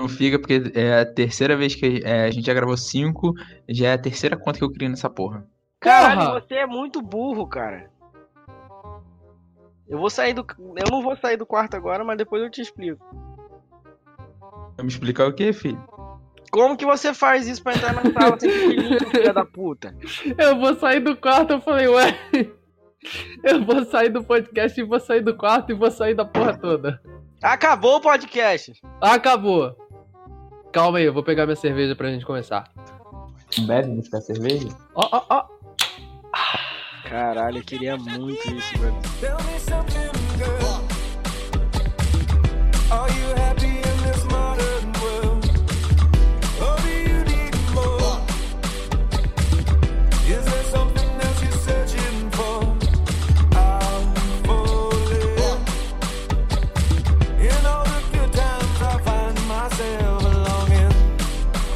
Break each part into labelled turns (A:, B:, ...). A: Não fica, porque é a terceira vez que é, a gente já gravou cinco, já é a terceira conta que eu criei nessa porra.
B: Caralho,
C: Porra!
B: você é muito burro, cara. Eu vou sair do. Eu não vou sair do quarto agora, mas depois eu te explico.
A: Vai me explicar o quê, filho?
B: Como que você faz isso pra entrar na sala sem pedir link, filha da puta?
C: Eu vou sair do quarto, eu falei, ué. Eu vou sair do podcast e vou sair do quarto e vou sair da porra toda.
B: Acabou o podcast.
C: Acabou. Calma aí, eu vou pegar minha cerveja pra gente começar.
A: Não bebe, não fica cerveja?
C: Ó, ó, ó.
B: Caralho, eu queria muito isso, velho.
D: Tell me something good. Are you happy in this modern world? Or do you need more? Is there something else you're searching for? I'm falling. In all the good times, I find myself longing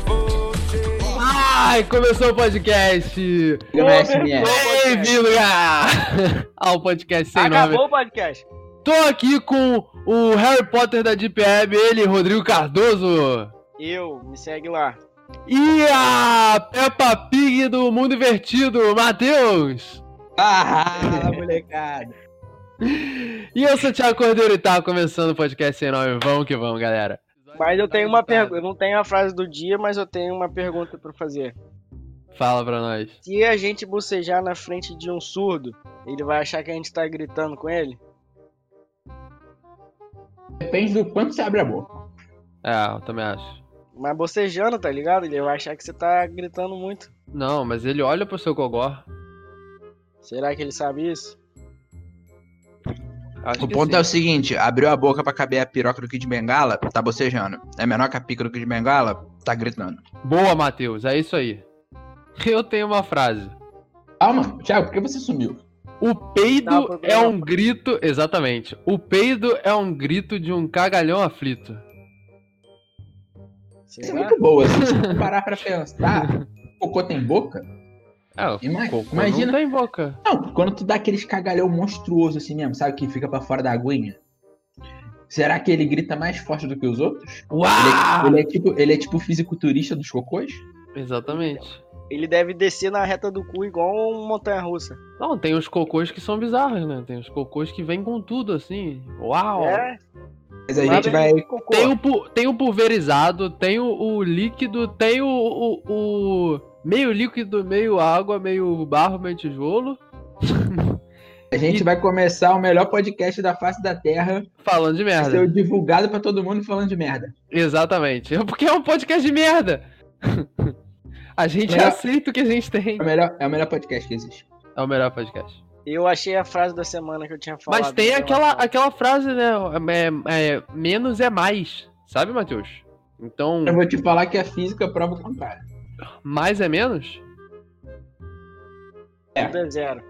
D: for change.
C: Ai, começou o podcast!
A: Fica na SMS.
C: Bem-vindo cara, ao podcast sem nome.
B: Acabou o podcast.
C: Tô aqui com o Harry Potter da Deep Web, ele, Rodrigo Cardoso.
B: Eu, me segue lá.
C: E a Peppa Pig do Mundo Invertido, Matheus.
A: Ah, molecada.
C: E eu sou o Thiago Cordeiro e tá começando o podcast sem nome. Vamos que vamos, galera.
B: Mas eu tenho uma pergunta. Eu não tenho a frase do dia, mas eu tenho uma pergunta pra fazer.
C: Fala pra nós.
B: Se a gente bocejar na frente de um surdo, ele vai achar que a gente tá gritando com ele?
A: Depende do quanto você abre a boca.
C: É, eu também acho.
B: Mas bocejando, tá ligado? Ele vai achar que você tá gritando muito.
C: Não, mas ele olha pro seu gogó.
B: Será que ele sabe isso?
C: Acho
A: O
C: que
A: ponto
C: sim.
A: é o seguinte, abriu a boca pra caber a piroca do Kid Bengala, tá bocejando. É menor que a pica do Kid Bengala, tá gritando.
C: Boa, Matheus, é isso aí. Eu tenho uma frase.
E: Calma, Thiago, por que você sumiu?
C: O
B: Não,
C: peido
B: porque
C: é
B: não.
C: um grito. Exatamente. O peido é um grito de um cagalhão aflito.
E: Isso é
B: Será?
E: muito boa. Se você parar pra pensar, cocô tem boca?
C: É, o
E: Ima-
C: cocô
E: imagina-
C: não tem boca.
E: Não, quando tu dá aqueles cagalhão monstruoso assim mesmo, sabe, que fica pra fora da aguinha. Será que ele grita mais forte do que os outros?
C: Uau!
E: Ele é tipo, ele é tipo o fisiculturista dos cocôs?
C: Exatamente.
B: Ele deve descer na reta do cu igual um uma montanha russa.
C: Não, tem os cocôs que são bizarros, né? Tem os cocôs que vêm com tudo, assim. Uau!
B: É?
E: Mas a
B: Lá
E: gente
B: vem
E: vai.
B: cocô.
C: Tem o, pu- tem o pulverizado, tem o, o líquido, tem o, o- o meio líquido, meio água, meio barro, meio tijolo.
E: A gente vai começar o melhor podcast da face da Terra.
C: Falando de
E: a
C: merda.
E: Ser divulgado pra todo mundo falando de merda.
C: Exatamente. É Porque é um podcast de merda. a gente
E: É.
C: aceita o que a gente tem.
E: É o melhor, é o melhor podcast que existe.
C: É o melhor podcast.
B: Eu achei a frase da semana que eu tinha falado.
C: Mas tem
B: sei lá.
C: aquela, aquela frase, né? É- é- menos é mais. Sabe, Matheus? Então,
E: Eu vou te falar que a física prova o contrário.
C: mais é menos?
B: Tudo é zero.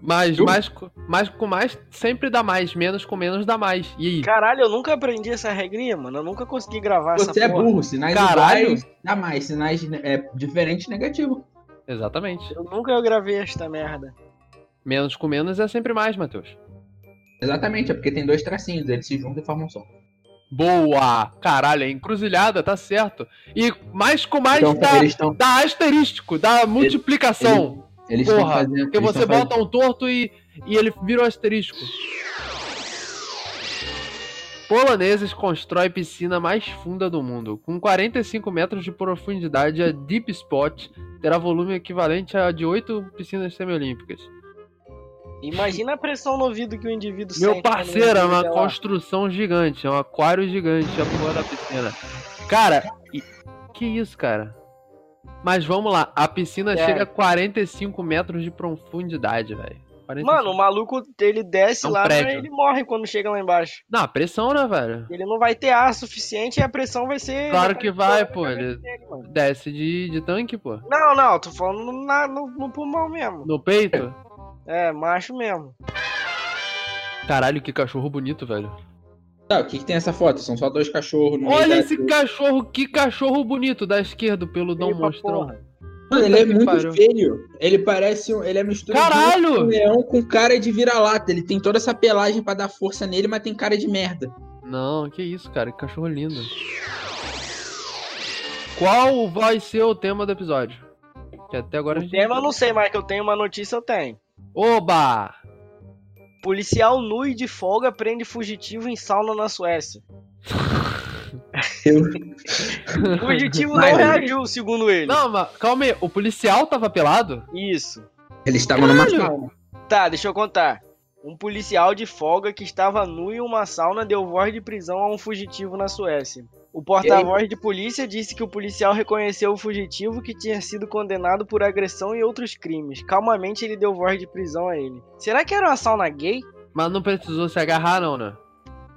C: Mas
E: Eu-
C: mais, co- mais com mais sempre dá mais. Menos com menos dá mais. E aí?
B: Caralho, eu nunca aprendi essa regrinha, mano. Eu nunca consegui gravar
E: Você
B: essa
E: é
B: porra.
E: burro, sinais
C: Caralho.
E: iguais dá mais, sinais é, diferentes negativo.
C: Exatamente.
B: Eu nunca gravei esta merda.
C: Menos com menos é sempre mais, Matheus.
E: Exatamente, é porque tem dois tracinhos, eles se juntam e formam um som.
C: Boa! Caralho, é encruzilhada, tá certo. E mais com mais
E: Então,
C: dá,
E: eles estão
C: dá asterístico, dá multiplicação.
E: eles
C: Porra,
E: estão fazendo.
C: Porque
E: eles
C: você
E: tão
C: bota um torto e, e ele vira um asterisco. Poloneses constrói piscina mais funda do mundo. Com 45 metros de profundidade, a Deep Spot terá volume equivalente a de 8 piscinas semiolímpicas.
B: Imagina a pressão no ouvido que o indivíduo
C: Meu
B: sente quando
C: parceiro, é
B: ele
C: uma
B: tá lá.
C: construção gigante, é um aquário gigante, a porra da piscina. Cara, e- que isso, cara? Mas vamos lá, a piscina
B: É.
C: chega a 45 metros de profundidade, velho. 45.
B: Mano, um o maluco, ele desce
C: É um
B: lá,
C: prédio.
B: mas ele morre quando chega lá embaixo.
C: Não, a pressão, né, velho?
B: Ele não vai ter ar suficiente e a pressão vai ser...
C: Claro que vai, pô,
B: na cabeça
C: ele-
B: dele, mano.
C: Desce de, de tanque, pô.
B: Não, não, tô falando na- no, no pulmão mesmo.
C: No peito.
B: É, macho mesmo.
C: Caralho, que cachorro bonito, velho.
E: fazendo- Tá, o que, que tem essa foto? São só dois cachorros no meio
C: Olha
E: da-
C: esse cachorro, que cachorro bonito da esquerda, peludão
B: Epa,
C: monstrão.
B: porra.
E: Mano, ele é
C: Puta que
E: muito
C: pariu.
E: feio. Ele parece um. Ele é mistura de um
C: Caralho!
E: leão com cara de vira-lata. Ele tem toda essa pelagem pra dar força nele, mas tem cara de merda.
C: Não, que isso, cara. Que cachorro lindo. Qual vai ser o tema do episódio? Que até agora a
B: O
C: gente.
B: tema eu não sei, mas que eu tenho uma notícia, eu tenho.
C: Oba!
B: Policial nu e de folga prende fugitivo em sauna na Suécia.
E: Eu...
B: O fugitivo não
A: Mas-
B: reagiu, segundo ele.
C: Não, mas calma aí. O policial tava pelado?
B: Isso.
A: Eles estavam numa
C: Caralho!
A: sala.
B: Tá, deixa eu contar. Um policial de folga que estava nu em uma sauna deu voz de prisão a um fugitivo na Suécia. O porta-voz de polícia disse que o policial reconheceu o fugitivo que tinha sido condenado por agressão e outros crimes. Calmamente ele deu voz de prisão a ele. Será que era uma sauna gay?
C: Mas não precisou se agarrar, não, né?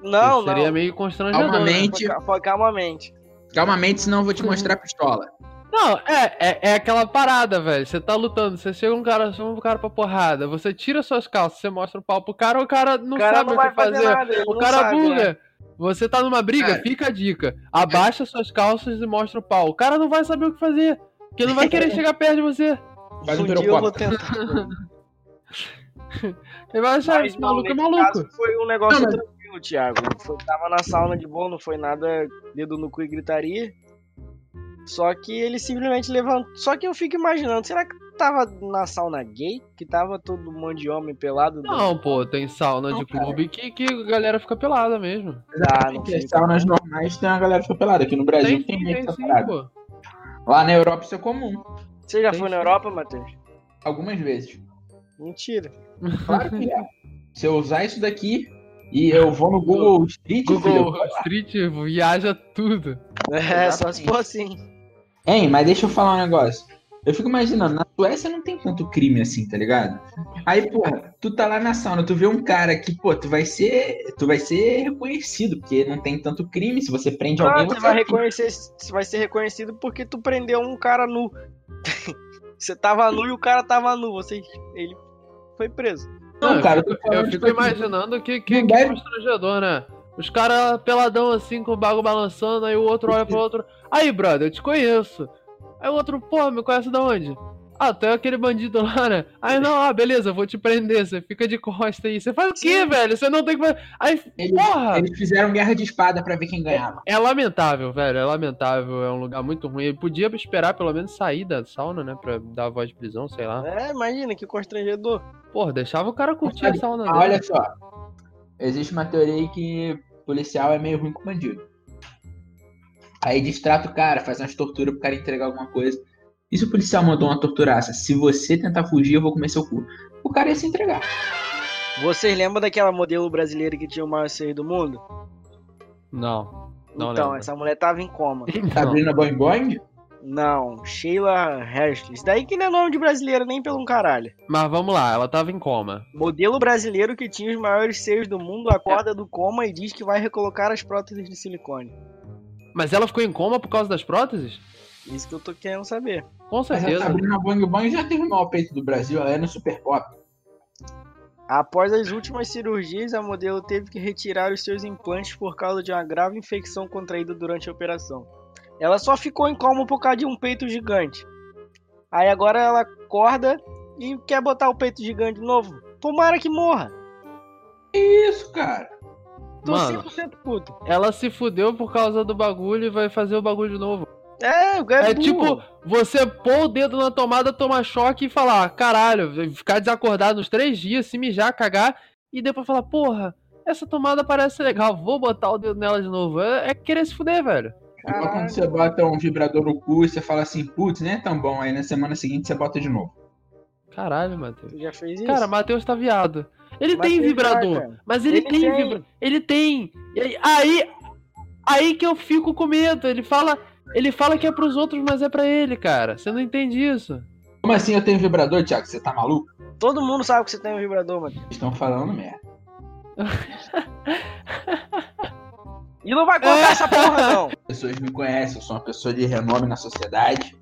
B: Não,
C: Isso Seria
B: não.
C: meio constrangedor. né?
A: Calmamente.
B: Foi, ca- foi calmamente.
A: Calmamente, senão eu vou te mostrar a pistola.
C: Não, é, é, é aquela parada, velho. Você tá lutando, você chega um cara, chama um cara pra porrada, você tira suas calças, você mostra o pau pro cara, o cara não
B: O cara
C: sabe
B: não
C: o que
B: vai fazer,
C: fazer.
B: nada. ele
C: o
B: não
C: cara
B: sabe, né?
C: buga. Você tá numa briga,
A: Cara.
C: fica a dica. Abaixa suas calças e mostra o pau. O cara não vai saber o que fazer. Porque ele não vai querer chegar perto de você.
E: Faz um
B: um dia eu
E: pirocóptero.
B: vou tentar.
C: Ele vai achar,
B: Mas
C: esse maluco é
B: nesse
C: maluco.
B: caso foi um negócio
E: Não, mas-
B: tranquilo, Thiago. Foi- tava na sauna de boa, não foi nada dedo no cu e gritaria. Só que ele simplesmente levantou. Só que eu fico imaginando, será que tava na sauna gay? Que tava todo um monte de homem pelado?
C: Não, pô, tem sauna
E: Não,
C: de clube que, que a galera fica pelada mesmo.
B: Ah, não
E: Porque as
B: fica.
E: saunas normais tem uma galera que foi pelada. Aqui no Brasil
C: né?
E: tem,
C: Tem sim,
E: gente
C: tem
E: É, essa
C: sim,
E: parada.
C: pô.
E: Lá na Europa isso é comum.
B: Você já
C: tem
B: foi na
C: sim.
B: Europa, Matheus?
E: Algumas vezes.
B: Mentira.
E: Claro que é. Se eu usar isso daqui e eu vou no Google Street, filho,
C: Google Street viaja tudo.
B: É, só se for assim.
E: Hein, mas deixa eu falar um negócio. Eu fico imaginando, na Suécia não tem tanto crime assim, tá ligado? Aí, porra, tu tá lá na sauna, tu vê um cara que, pô, tu vai ser. Tu vai ser reconhecido, porque não tem tanto crime. Se você prende
B: Ah,
E: alguém,
B: você vai
E: é
B: reconhecer, você vai ser reconhecido porque tu prendeu um cara nu. você tava nu e o cara tava nu. Você, ele foi preso.
E: Não,
C: eu
E: cara, eu
C: fico-
E: tô falando
C: eu
E: de
C: fico
E: coisa que-
C: imaginando que, que,
E: Não
C: que
E: deve-
C: constrangedor, né? Os caras peladão assim, com o bago balançando, aí o outro olha pro outro. Aí, brother, eu te conheço. Aí o outro, porra, me conhece da onde? Ah, tu é aquele bandido lá, né? Aí não, ah, beleza, eu vou te prender, você fica de costa aí. Você faz o quê, velho? Você não tem que fazer. Aí,
E: Eles,
C: porra!
E: eles fizeram guerra de espada pra ver quem ganhava.
C: É lamentável, velho, é lamentável, é um lugar muito ruim. Ele podia esperar pelo menos sair da sauna, né, pra dar a voz de prisão, sei lá.
B: É, imagina, que constrangedor.
C: Porra, deixava o cara curtir a
E: Sabe,
C: sauna
E: Ah,
C: dele.
E: olha só. Existe uma teoria aí que policial é meio ruim com bandido. Aí distrata o cara, faz umas torturas pro cara entregar alguma coisa. E se o policial mandou uma torturaça? Se você tentar fugir, eu vou comer seu cu. O cara ia se entregar.
B: Vocês lembram daquela modelo brasileira que tinha o maior seio do mundo?
C: Não, Não
B: então,
C: lembro.
B: essa mulher tava em coma.
C: não.
E: Sabrina Tá Boing Boing?
B: Não, Sheila Hashley. Isso daí que não é nome de brasileira nem pelo um caralho.
C: Mas vamos lá, ela tava em coma.
B: Modelo brasileiro que tinha os maiores seios do mundo acorda do coma e diz que vai recolocar as próteses de silicone.
C: Mas ela ficou em coma por causa das próteses?
B: Isso que eu tô querendo saber.
C: Com
E: Mas tá a
B: tá
C: certeza.
E: Sabrina Boing Boing já teve o maior peito do Brasil, ela é no Super Pop.
B: Após as últimas cirurgias, a modelo teve que retirar os seus implantes por causa de uma grave infecção contraída durante a operação. Ela só ficou em coma por causa de um peito gigante. Aí agora ela acorda e quer botar o peito gigante de novo. Tomara que morra.
E: Isso, cara.
B: Tô
C: Mano.
B: 100% puto.
C: Ela se fudeu por causa do bagulho e vai fazer o bagulho de novo.
B: É, o cara
C: É,
B: é,
C: tipo
B: burro.
C: você pôr o dedo na tomada, tomar choque e falar, caralho, ficar desacordado uns três dias, se mijar, cagar, e depois falar, porra, essa tomada parece legal, vou botar o dedo nela de novo. É, é querer se fuder, velho.
E: Igual
B: Caralho.
E: quando você bota um vibrador no cu e você fala assim, putz, nem é tão bom. Aí na semana seguinte você bota de novo.
C: Caralho, Matheus.
B: Tu já fez isso?
C: Cara, Matheus tá viado. Ele tem
B: Matheus é
C: vibrador.
B: já, cara.
C: Mas ele,
B: Ele
C: tem,
B: tem.
C: vibra- ele tem. Ele- Aí aí que eu fico com medo. Ele fala, ele fala que é pros outros, mas é pra ele, cara. Você não entende isso?
E: Como assim eu tenho vibrador, Thiago? Você tá maluco?
B: Todo mundo sabe que você tem um vibrador, mano.
E: Estão falando merda.
B: E não vai
C: É.
B: contar essa porra, não.
E: pessoas me conhecem, eu sou uma pessoa de renome na sociedade.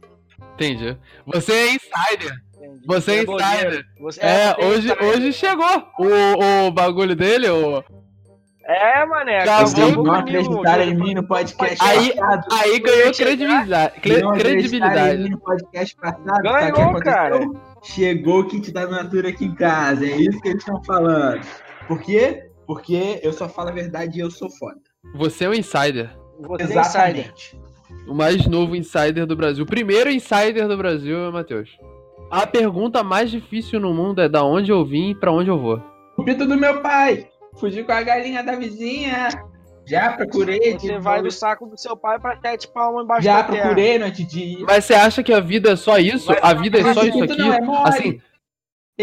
C: Entendi. Você é insider.
B: Entendi.
C: Você é
B: blogueiro.
C: insider.
B: Você
C: É,
B: você
C: hoje,
B: insider.
C: hoje chegou o, o bagulho dele, o.
B: É, mané.
C: Cara,
B: acabou
E: Vocês
B: com o
E: não
B: nível,
E: acreditaram em
B: hoje.
E: mim no podcast
C: Tá Aí-
E: passado.
C: Aí ganhou credibilidade.
B: é
C: cre-
E: Não acreditaram em mim
C: credibilidade.
E: no podcast passado.
B: Ganhou,
E: sabe o que aconteceu?
B: cara.
E: Chegou o kit da Natura aqui em casa. É isso que eles estão falando. Por quê? Porque eu só falo a verdade e eu sou foda.
C: Você é um insider.
B: Você é insider.
E: Exatamente.
C: O mais novo insider do Brasil. O primeiro insider do Brasil é o Matheus. A pergunta mais difícil no mundo é da onde eu vim e pra onde eu vou.
E: O pito do meu pai. Fugi com a galinha da vizinha. Já procurei.
B: Você
E: de
B: vai do
E: novo.
B: saco do seu pai pra sete palmas embaixo
E: Já
B: da terra.
E: procurei noite de dia.
C: Mas você acha que a vida é só isso?
B: Mas-
C: A vida é
E: Mas
C: só
E: o
C: isso
E: pito
C: aqui?
E: não é mole.
C: Assim,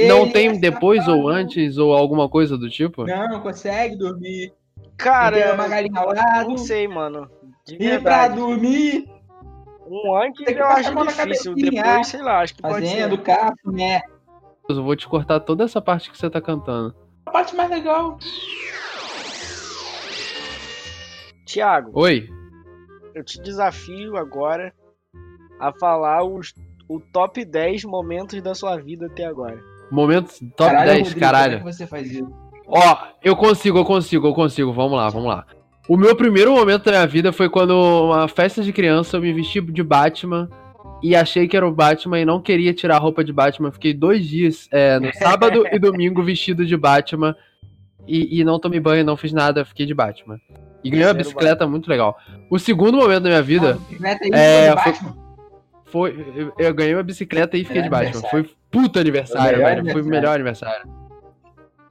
C: não
E: Ele é
C: tem um depois ou
E: safado.
C: antes ou alguma coisa do tipo?
E: Não, não consegue dormir.
B: Cara,
E: tem uma galinha ao lado.
B: não sei, mano. De
E: E pra
B: verdade.
E: dormir,
B: Um antes
E: Tem que
B: eu
E: passar
B: acho
E: a mão na
B: difícil.
E: cabecinha.
B: Depois, sei lá, acho que pode ser.
E: fazendo capo, né?
C: Eu vou te cortar toda essa parte que você tá cantando.
E: É A parte mais legal.
B: Tiago,
C: Oi?
B: eu te desafio agora a falar os, o top 10 momentos da sua vida até agora.
C: Momentos top 10,
E: Rodrigo,
C: caralho.
E: Como é que você faz isso?
C: Ó, eu consigo, eu consigo, eu consigo. Vamos lá, vamos lá. O meu primeiro momento da minha vida foi quando uma festa de criança eu me vesti de Batman e achei que era o Batman e não queria tirar a roupa de Batman. Fiquei dois dias, é, no sábado e domingo, vestido de Batman e, e não tomei banho, não fiz nada, fiquei de Batman. E ganhei uma
B: Zero
C: bicicleta muito legal. O segundo momento da minha vida
E: Meta aí,
C: É,
E: foi
C: foi-
E: Batman.
C: foi. eu- Eu ganhei uma bicicleta e fiquei
E: É
C: de Batman.
E: aniversário.
C: Foi puta aniversário,
E: Foi o melhor
C: velho. Foi o melhor aniversário.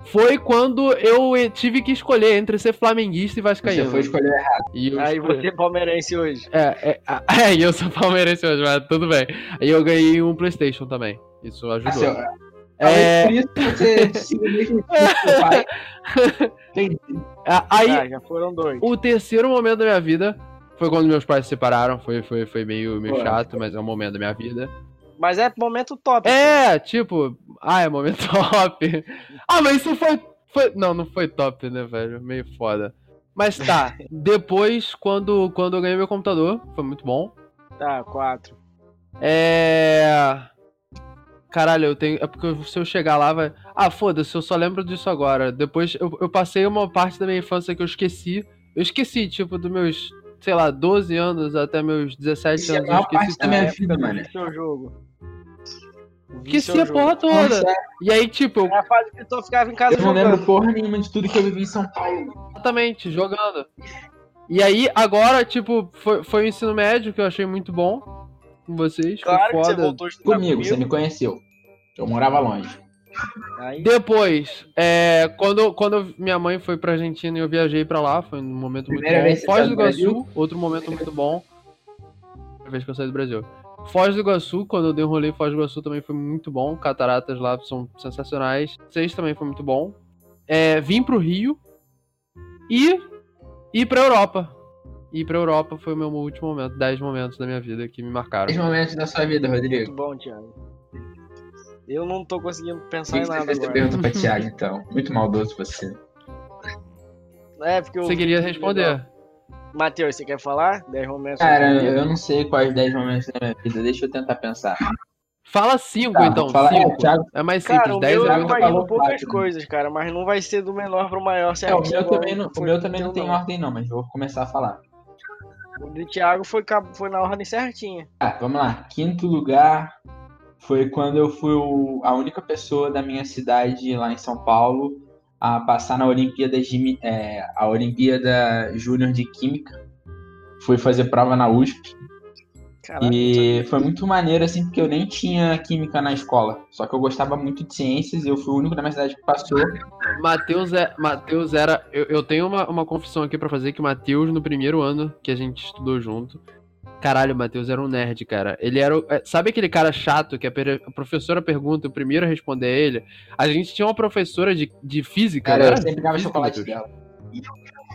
C: Foi quando eu eh, tive que escolher entre ser flamenguista e
E: Você
C: vascaíno.
E: foi escolher.
C: E eu
B: Aí
C: escolhi-
B: você é palmeirense hoje.
C: É, é, a- é, e eu sou palmeirense hoje, mas tudo bem. Aí eu ganhei um Playstation também. Isso
E: a
C: ajudou.
E: seu-
C: É, é
E: Talvez Por isso que você siga o mesmo tipo do seu pai. Entendi.
C: a- É, aí,
E: é.
B: Ah, já foram dois.
C: O terceiro momento da minha vida foi quando meus pais se separaram. Foi, foi, foi meio, meio
E: Pô.
C: chato, mas é um momento da minha vida.
B: Mas é momento top.
C: É, tipo, ah, é momento top. Ah, mas isso foi, foi. Não, não foi top, né, velho? Meio foda. Mas tá, depois, quando, quando eu ganhei meu computador, foi muito bom.
B: assim. Tá, quatro.
C: É. Caralho, eu tenho. É porque se eu chegar lá, vai. Ah, foda-se, eu só lembro disso agora. Depois eu, eu passei uma parte da minha infância que eu esqueci. Eu esqueci, tipo, dos meus, sei lá, 12 anos até meus 17
E: Isso é a
C: anos. Eu
E: maior
C: esqueci
E: parte da minha
C: tudo.
E: vida, mano.
B: Vi seu jogo. Vi seu
C: Esqueci a
B: jogo.
C: porra toda.
E: Nossa,
C: E aí, tipo, eu
B: É a fase que tu só ficava em casa
E: Eu não
B: jogando.
E: lembro porra nenhuma de tudo que eu vivi em São Paulo.
C: Exatamente, jogando. E aí, agora, tipo, foi, foi o ensino médio que eu achei muito bom com vocês.
B: Claro
C: foi
B: que você
C: foda.
B: voltou a estudar comigo.
E: Comigo, você me conheceu. Eu morava longe.
B: Aí,
C: Depois, é, quando, quando minha mãe foi pra Argentina e eu viajei pra lá, foi um momento muito
E: Primeira vez
C: bom.
E: que
C: Foz
E: saiu
C: do
E: do
C: Iguaçu, outro momento muito bom. Primeira vez que eu saí do Brasil. Foz do Iguaçu, quando eu dei um rolê em Foz do Iguaçu também foi muito bom. Cataratas lá são sensacionais. Seis também foi muito bom. É, vim pro Rio e ir pra Europa. Ir pra Europa foi o meu último momento, dez momentos da minha vida que me marcaram.
E: Três momentos da sua vida, Rodrigo.
B: muito bom, Thiago. Eu não tô conseguindo
E: O que
B: pensar
E: que
B: em
E: você
B: nada
E: fez? Você
B: agora.
E: pergunta pra Thiago, então. Muito maldoso você.
B: É, porque eu...
C: Você queria responder?
B: Matheus, você quer falar? 10 momentos.
E: Cara, eu não sei quais 10 momentos da minha vida. Deixa eu tentar pensar.
C: Fala cinco,
E: Tá,
C: então.
E: fala, é,
C: cinco.
E: o Thiago,
C: É mais simples,
B: Cara, o
C: 10
B: meu eu
C: é
E: anos
C: muito
E: vai-
B: imagino
E: falou
B: poucas
E: quatro, né?
B: coisas, cara, mas não vai ser do menor pro maior
E: é, o
B: certinho.
E: meu
B: igual
E: também não, o
B: foi
E: meu
B: do
E: também
B: teu,
E: não tem ordem, não, mas vou começar a falar.
B: O do Thiago foi, ca- foi na ordem certinha.
E: Tá, vamos lá. Quinto lugar foi quando eu fui o- a única pessoa da minha cidade lá em São Paulo a passar na Olimpíada, de, Mi- é, a Olimpíada Júnior de Química. Fui fazer prova na USP
B: Caraca,
E: e foi muito maneiro, assim, porque eu nem tinha química na escola. Só que eu gostava muito de ciências e eu fui o único da minha cidade que passou.
C: Matheus é, Mateus era. Eu, eu tenho uma, uma confissão aqui pra fazer que o Matheus, no primeiro ano que a gente estudou junto. Caralho, o Matheus era um nerd, cara. Ele era. o- é, Sabe aquele cara chato que a, pere- a professora pergunta, o primeiro a responder é ele? A gente tinha uma professora de, de física.
E: Cara,
C: não
E: eu
C: era?
E: sempre ganhava
C: Física,
E: chocolate
C: Matheus?
E: dela.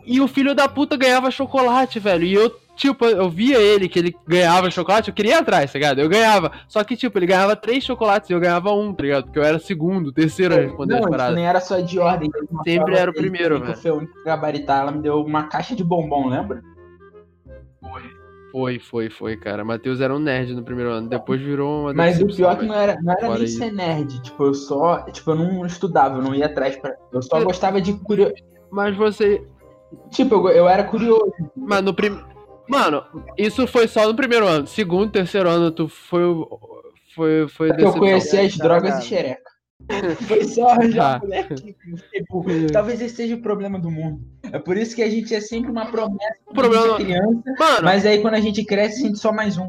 C: E o filho da puta ganhava chocolate, velho. E eu, tipo, eu via ele que ele ganhava chocolate, eu queria ir atrás, tá ligado? Eu ganhava. Só que, tipo, ele ganhava três chocolates e eu ganhava um, tá ligado? Porque eu era segundo, terceiro a responder
E: não,
C: as
E: isso
C: paradas.
E: nem era só de ordem. teve uma
C: Sempre
E: prova
C: era o
E: que
C: primeiro,
E: eu
C: velho.
E: Foi o único a gabaritar, ela me deu uma caixa de bombom, lembra?
C: Foi, foi, foi, cara. Matheus era um nerd no primeiro ano, depois virou uma.
E: Mas o
C: decepção,
E: pior é que
C: velho.
E: não era, não era
C: Fora
E: nem
C: isso.
E: ser nerd, tipo, eu só, tipo, eu não estudava, eu não ia atrás pra... Eu só
C: Eu-
E: gostava de curioso.
C: Mas você.
E: Tipo, eu, eu era curioso.
C: Mas no prim... Mano, isso foi só no primeiro ano. Segundo, terceiro ano, tu foi. o- Foi. Foi.
E: porque É eu
C: decepção.
E: conhecia as
B: Tá
E: drogas
B: ligado.
E: e xereca. Foi só arranjar
C: Tá.
E: um moleque. Tipo, talvez esse seja o problema do mundo. É por isso que a gente é sempre uma promessa
C: O problema-
E: de criança,
C: Mano,
E: mas aí quando a gente cresce, a gente só mais um.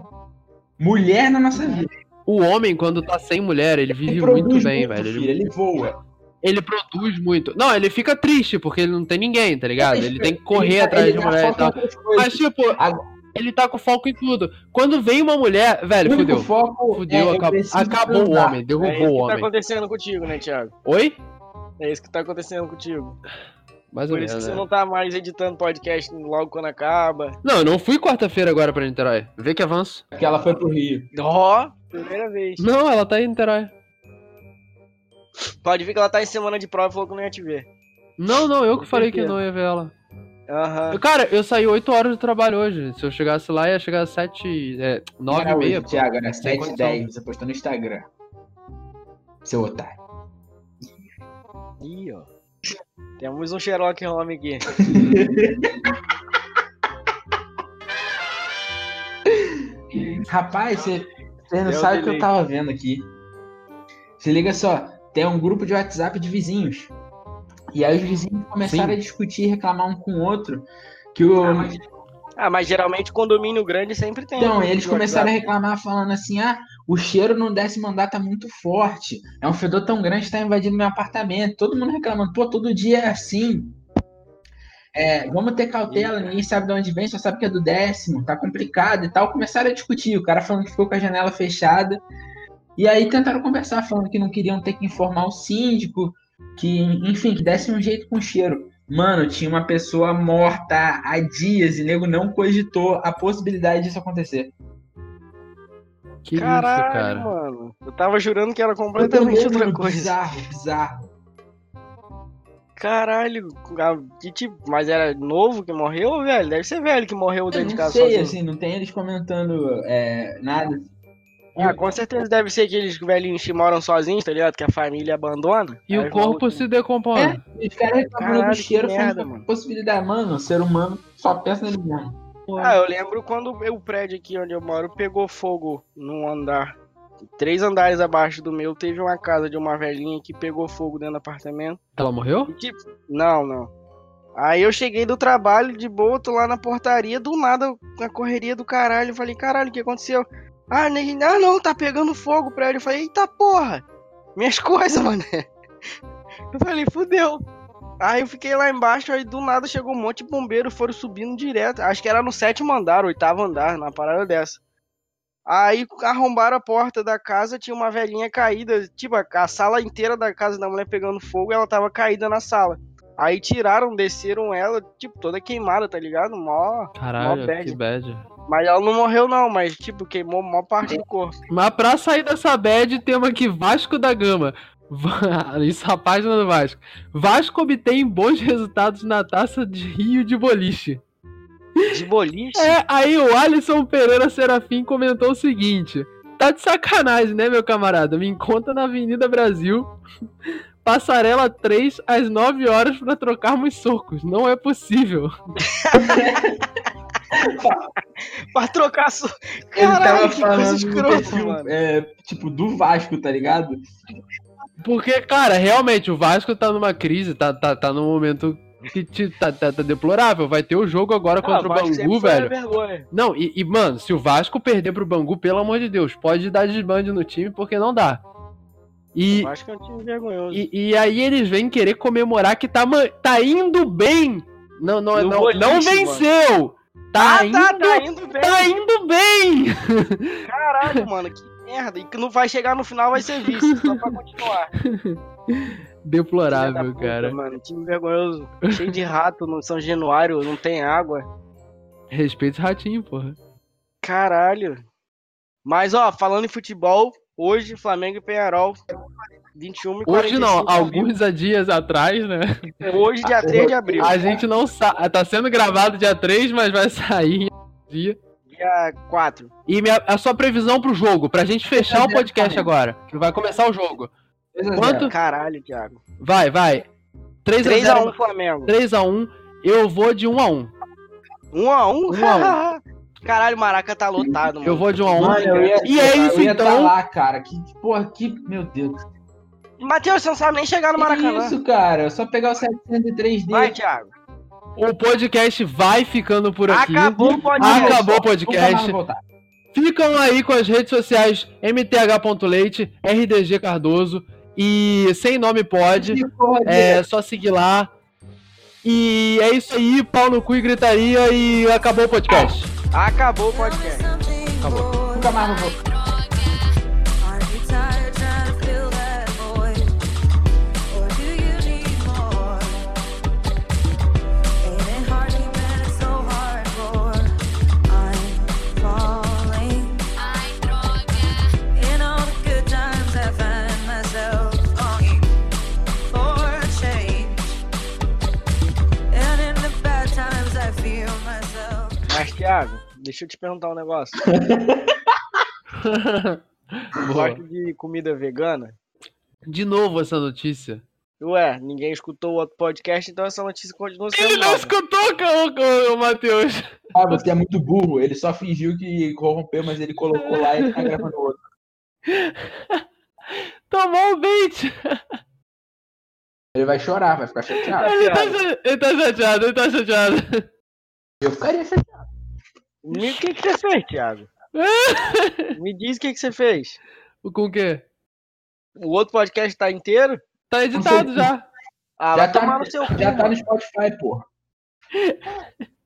E: Mulher na nossa vida.
C: o homem, quando tá sem mulher, ele vive
E: Ele
C: muito
E: produz
C: bem,
E: muito,
C: velho.
E: filho,
C: Ele,
E: Ele, voa.
C: ele produz muito. Não, ele fica triste porque ele não tem ninguém, tá ligado? Ele tem que correr
E: Ele- tá-
C: atrás
E: ele
C: de mulher e
E: foca em
C: tal.
E: outras coisas.
C: Mas, tipo,
E: Agora-
C: ele tá com foco em tudo. Quando vem uma mulher, velho,
E: O único
C: fudeu.
E: foco é,
C: Fudeu,
E: eu
C: acabou,
E: preciso
C: acabou o
E: transar.
C: homem, derrubou
B: É isso
C: o
B: que tá
C: homem.
B: acontecendo contigo, né, Thiago?
C: Oi?
B: É isso que tá acontecendo contigo.
C: Mais ou
B: Por isso que
C: menos.
B: você
C: né?
B: não tá mais editando podcast logo quando acaba.
C: Não, eu não fui quarta-feira agora pra Niterói. Vê que avanço.
E: Porque ela foi pro Rio.
B: Ó, primeira vez.
C: Não, ela tá em Niterói.
B: Pode ver que ela tá em semana de prova e falou que não ia te ver.
C: Não, não, eu que
B: Com
C: falei que
B: certeza.
C: não ia ver ela.
B: Aham.
C: Eu- Cara, eu saí 8 horas do trabalho hoje. Se eu chegasse lá, ia chegar às 7. É, 9
E: Era
C: e meia.
E: hoje, Thiago, era
C: Sem
E: 7 10 Você postou no Instagram. Seu otário.
B: Ih, ó. Temos um Sherlock Holmes aqui.
E: Rapaz, você você não
B: Eu
E: sabe o que eu
B: delay.
E: tava vendo aqui. Se liga só, tem um grupo de WhatsApp de vizinhos. E aí os vizinhos começaram
C: Sim.
E: a discutir e reclamar um com o outro. Que o...
B: Ah, mas geralmente condomínio grande sempre tem.
E: Então,
B: né,
E: eles
B: de
E: começaram a
B: WhatsApp.
E: reclamar falando assim, ah, o cheiro no décimo andar tá muito forte. É um fedor tão grande que tá invadindo meu apartamento. Todo mundo reclamando, pô, todo dia é assim. É, vamos ter cautela, ninguém sabe de onde vem, só sabe que é do décimo, tá complicado e tal. Começaram a discutir, o cara falando que ficou com a janela fechada. E aí tentaram conversar, falando que não queriam ter que informar o síndico, que, enfim, que desse um jeito com o cheiro. Mano, tinha uma pessoa morta há dias e nego não cogitou a possibilidade disso acontecer.
C: Que isso,
B: Caralho,
C: cara.
B: mano. Eu tava jurando que era
E: Eu também,
B: completamente outra
E: mano,
B: coisa.
E: Bizarro, bizarro.
B: Caralho, a- que tipo, mas era novo que morreu, velho? Deve ser velho que morreu
E: Eu
B: dentro de
E: não
B: casa
E: sei,
B: sozinho.
E: assim, não tem eles comentando é, nada.
B: Ah, com certeza deve ser aqueles velhinhos que moram sozinhos, tá ligado? Que a família abandona.
C: E
B: Aí
C: o corpo
B: maluco-
C: se decompõe.
E: É, Os caras reclamando
B: Caralho,
E: do
B: que
E: cheiro foi
B: merda,
E: uma
B: mano.
E: possibilidade. Mano, o ser humano só pensa nele mesmo.
B: Ah, eu lembro quando o prédio aqui onde eu moro pegou fogo num andar. Três andares abaixo do meu, teve uma casa de uma velhinha que pegou fogo dentro do apartamento.
C: Ela morreu?
B: E tipo, não, não. Aí eu cheguei do trabalho de boa, tô lá na portaria, do nada, na correria do caralho. Eu falei, caralho, o que aconteceu? Ah, nem, ah, não, tá pegando fogo o prédio. Eu falei, eita porra, minhas coisas, mano. Eu falei, fudeu. Aí eu fiquei lá embaixo, aí do nada chegou um monte de bombeiro, foram subindo direto. Acho que era no sétimo andar, oitavo andar, na parada dessa. Aí arrombaram a porta da casa, tinha uma velhinha caída, tipo, a- a sala inteira da casa da mulher pegando fogo, ela tava caída na sala. Aí tiraram, desceram ela, tipo, toda queimada, tá ligado? Mó...
C: Caralho,
B: Mó bad.
C: que bad.
B: Mas ela não morreu não, mas tipo, queimou mó parte do corpo.
C: Mas pra sair dessa bad, temos aqui Vasco da Gama. Va- Isso a página do Vasco. Vasco obtém bons resultados na taça de Rio de boliche.
B: De boliche?
C: É, aí o Alisson Pereira Serafim comentou o seguinte: Tá de sacanagem, né, meu camarada? Me encontra na Avenida Brasil, passarela 3 às 9 horas pra trocarmos socos. Não é possível.
B: Pra trocar... Su...
E: Ele
B: Caralho,
E: tava
B: que coisa
E: falando,
B: escrota,
C: um
E: tipo,
B: mano.
E: é, tipo, do Vasco, tá ligado?
C: Porque, cara, realmente o Vasco tá numa crise, tá, tá, tá num momento que te- tá, tá- tá deplorável. Vai ter o jogo agora
B: Ah,
C: contra o
B: Vasco sempre
C: Bangu,
B: foi uma
C: velho.
B: vergonha.
C: Não, e, e, mano, se o Vasco perder pro Bangu, pelo amor de Deus, pode dar desbande no time, porque não dá. E,
B: O Vasco é um time vergonhoso.
C: e, e aí eles vêm querer comemorar que tá, ma- tá indo bem. Não, não,
B: No
C: não,
B: boliche,
C: não
B: mano.
C: venceu. Tá,
B: ah,
C: indo,
B: tá, tá indo bem.
C: tá indo bem.
B: Caralho, mano, que merda. E que não vai chegar no final, vai ser vice, só pra continuar. Filha da
C: Deplorável,
B: puta,
C: cara.
B: Mano, time vergonhoso, cheio de rato no São Januário, não tem água.
C: Respeita o ratinho, porra.
B: Caralho. Mas, ó, falando em futebol, hoje, Flamengo e Penharol, 21 e
C: Hoje
B: 45
C: não,
B: ao é vivo.
C: alguns há dias atrás, né?
B: Hoje, dia 3 de abril.
C: A gente não sabe. Tá sendo gravado dia 3, mas vai sair em um dia.
B: Dia 4.
C: E minha, a sua previsão pro jogo, pra gente fechar o podcast agora, que vai começar o jogo.
E: 2 a 0.
C: Quanto?
B: Caralho, Thiago.
C: Vai, vai.
B: 3x1
C: é 3x0.
B: Flamengo.
C: 3x1. Eu vou de 1x1.
B: 1x1?
C: Um a
B: Caralho, o Maraca tá lotado, mano.
C: Eu vou de 1x1.
E: Mano, eu ia,
C: E é
E: eu
C: isso,
E: ia tá
C: então.
E: lá, cara. Que porra, que. Meu Deus.
B: Matheus, você não sabe nem chegar no Maracanã.
E: Isso, cara. É só pegar o 703 d
B: Vai, Thiago.
C: O podcast vai ficando por aqui.
B: Acabou o podcast.
C: Acabou o
E: Nunca mais
C: podcast.
E: voltar.
C: Ficam aí com as redes sociais mth.leite, rdg cardoso e sem nome pode. É só seguir lá. E é isso aí, pau no cu e gritaria e acabou o podcast.
B: Acabou o podcast.
E: Nunca mais vou voltar.
F: Feel myself
B: Mas, Thiago, deixa eu te perguntar um negócio. Gosto de comida vegana?
C: De novo essa notícia.
B: Ué, ninguém escutou o outro podcast, então essa notícia continua sendo.
C: Ele não
B: nova.
C: escutou, o, Matheus.
E: Ah, você é muito burro. Ele só fingiu que corrompeu, mas ele colocou lá e tá gravando outro.
C: Tomou o bait.
E: Ele vai chorar, vai ficar chateado.
C: Ele tá, cha- ele tá chateado, ele tá chateado.
E: Eu ficaria chateado.
B: Me- O que, que você fez, Thiago? Me diz o que, que você fez.
C: Com o quê?
B: O outro podcast tá inteiro?
C: Tá editado já.
B: Ah,
E: Já
B: vai
E: tá-
B: tomar no seu cu.
E: Já tá no Spotify, porra.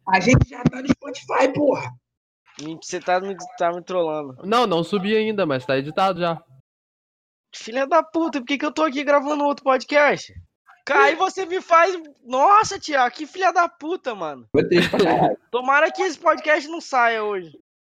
E: A gente já tá no Spotify, porra.
B: Me- Você tá me, tá me trollando.
C: Não, não subi ainda, mas tá editado já.
B: Filha da puta, por que, que eu tô aqui gravando outro podcast? Cara, aí você me faz. Nossa, Thiago, que filha da puta, mano.
E: Vou ter que
B: Tomara que esse podcast não saia hoje.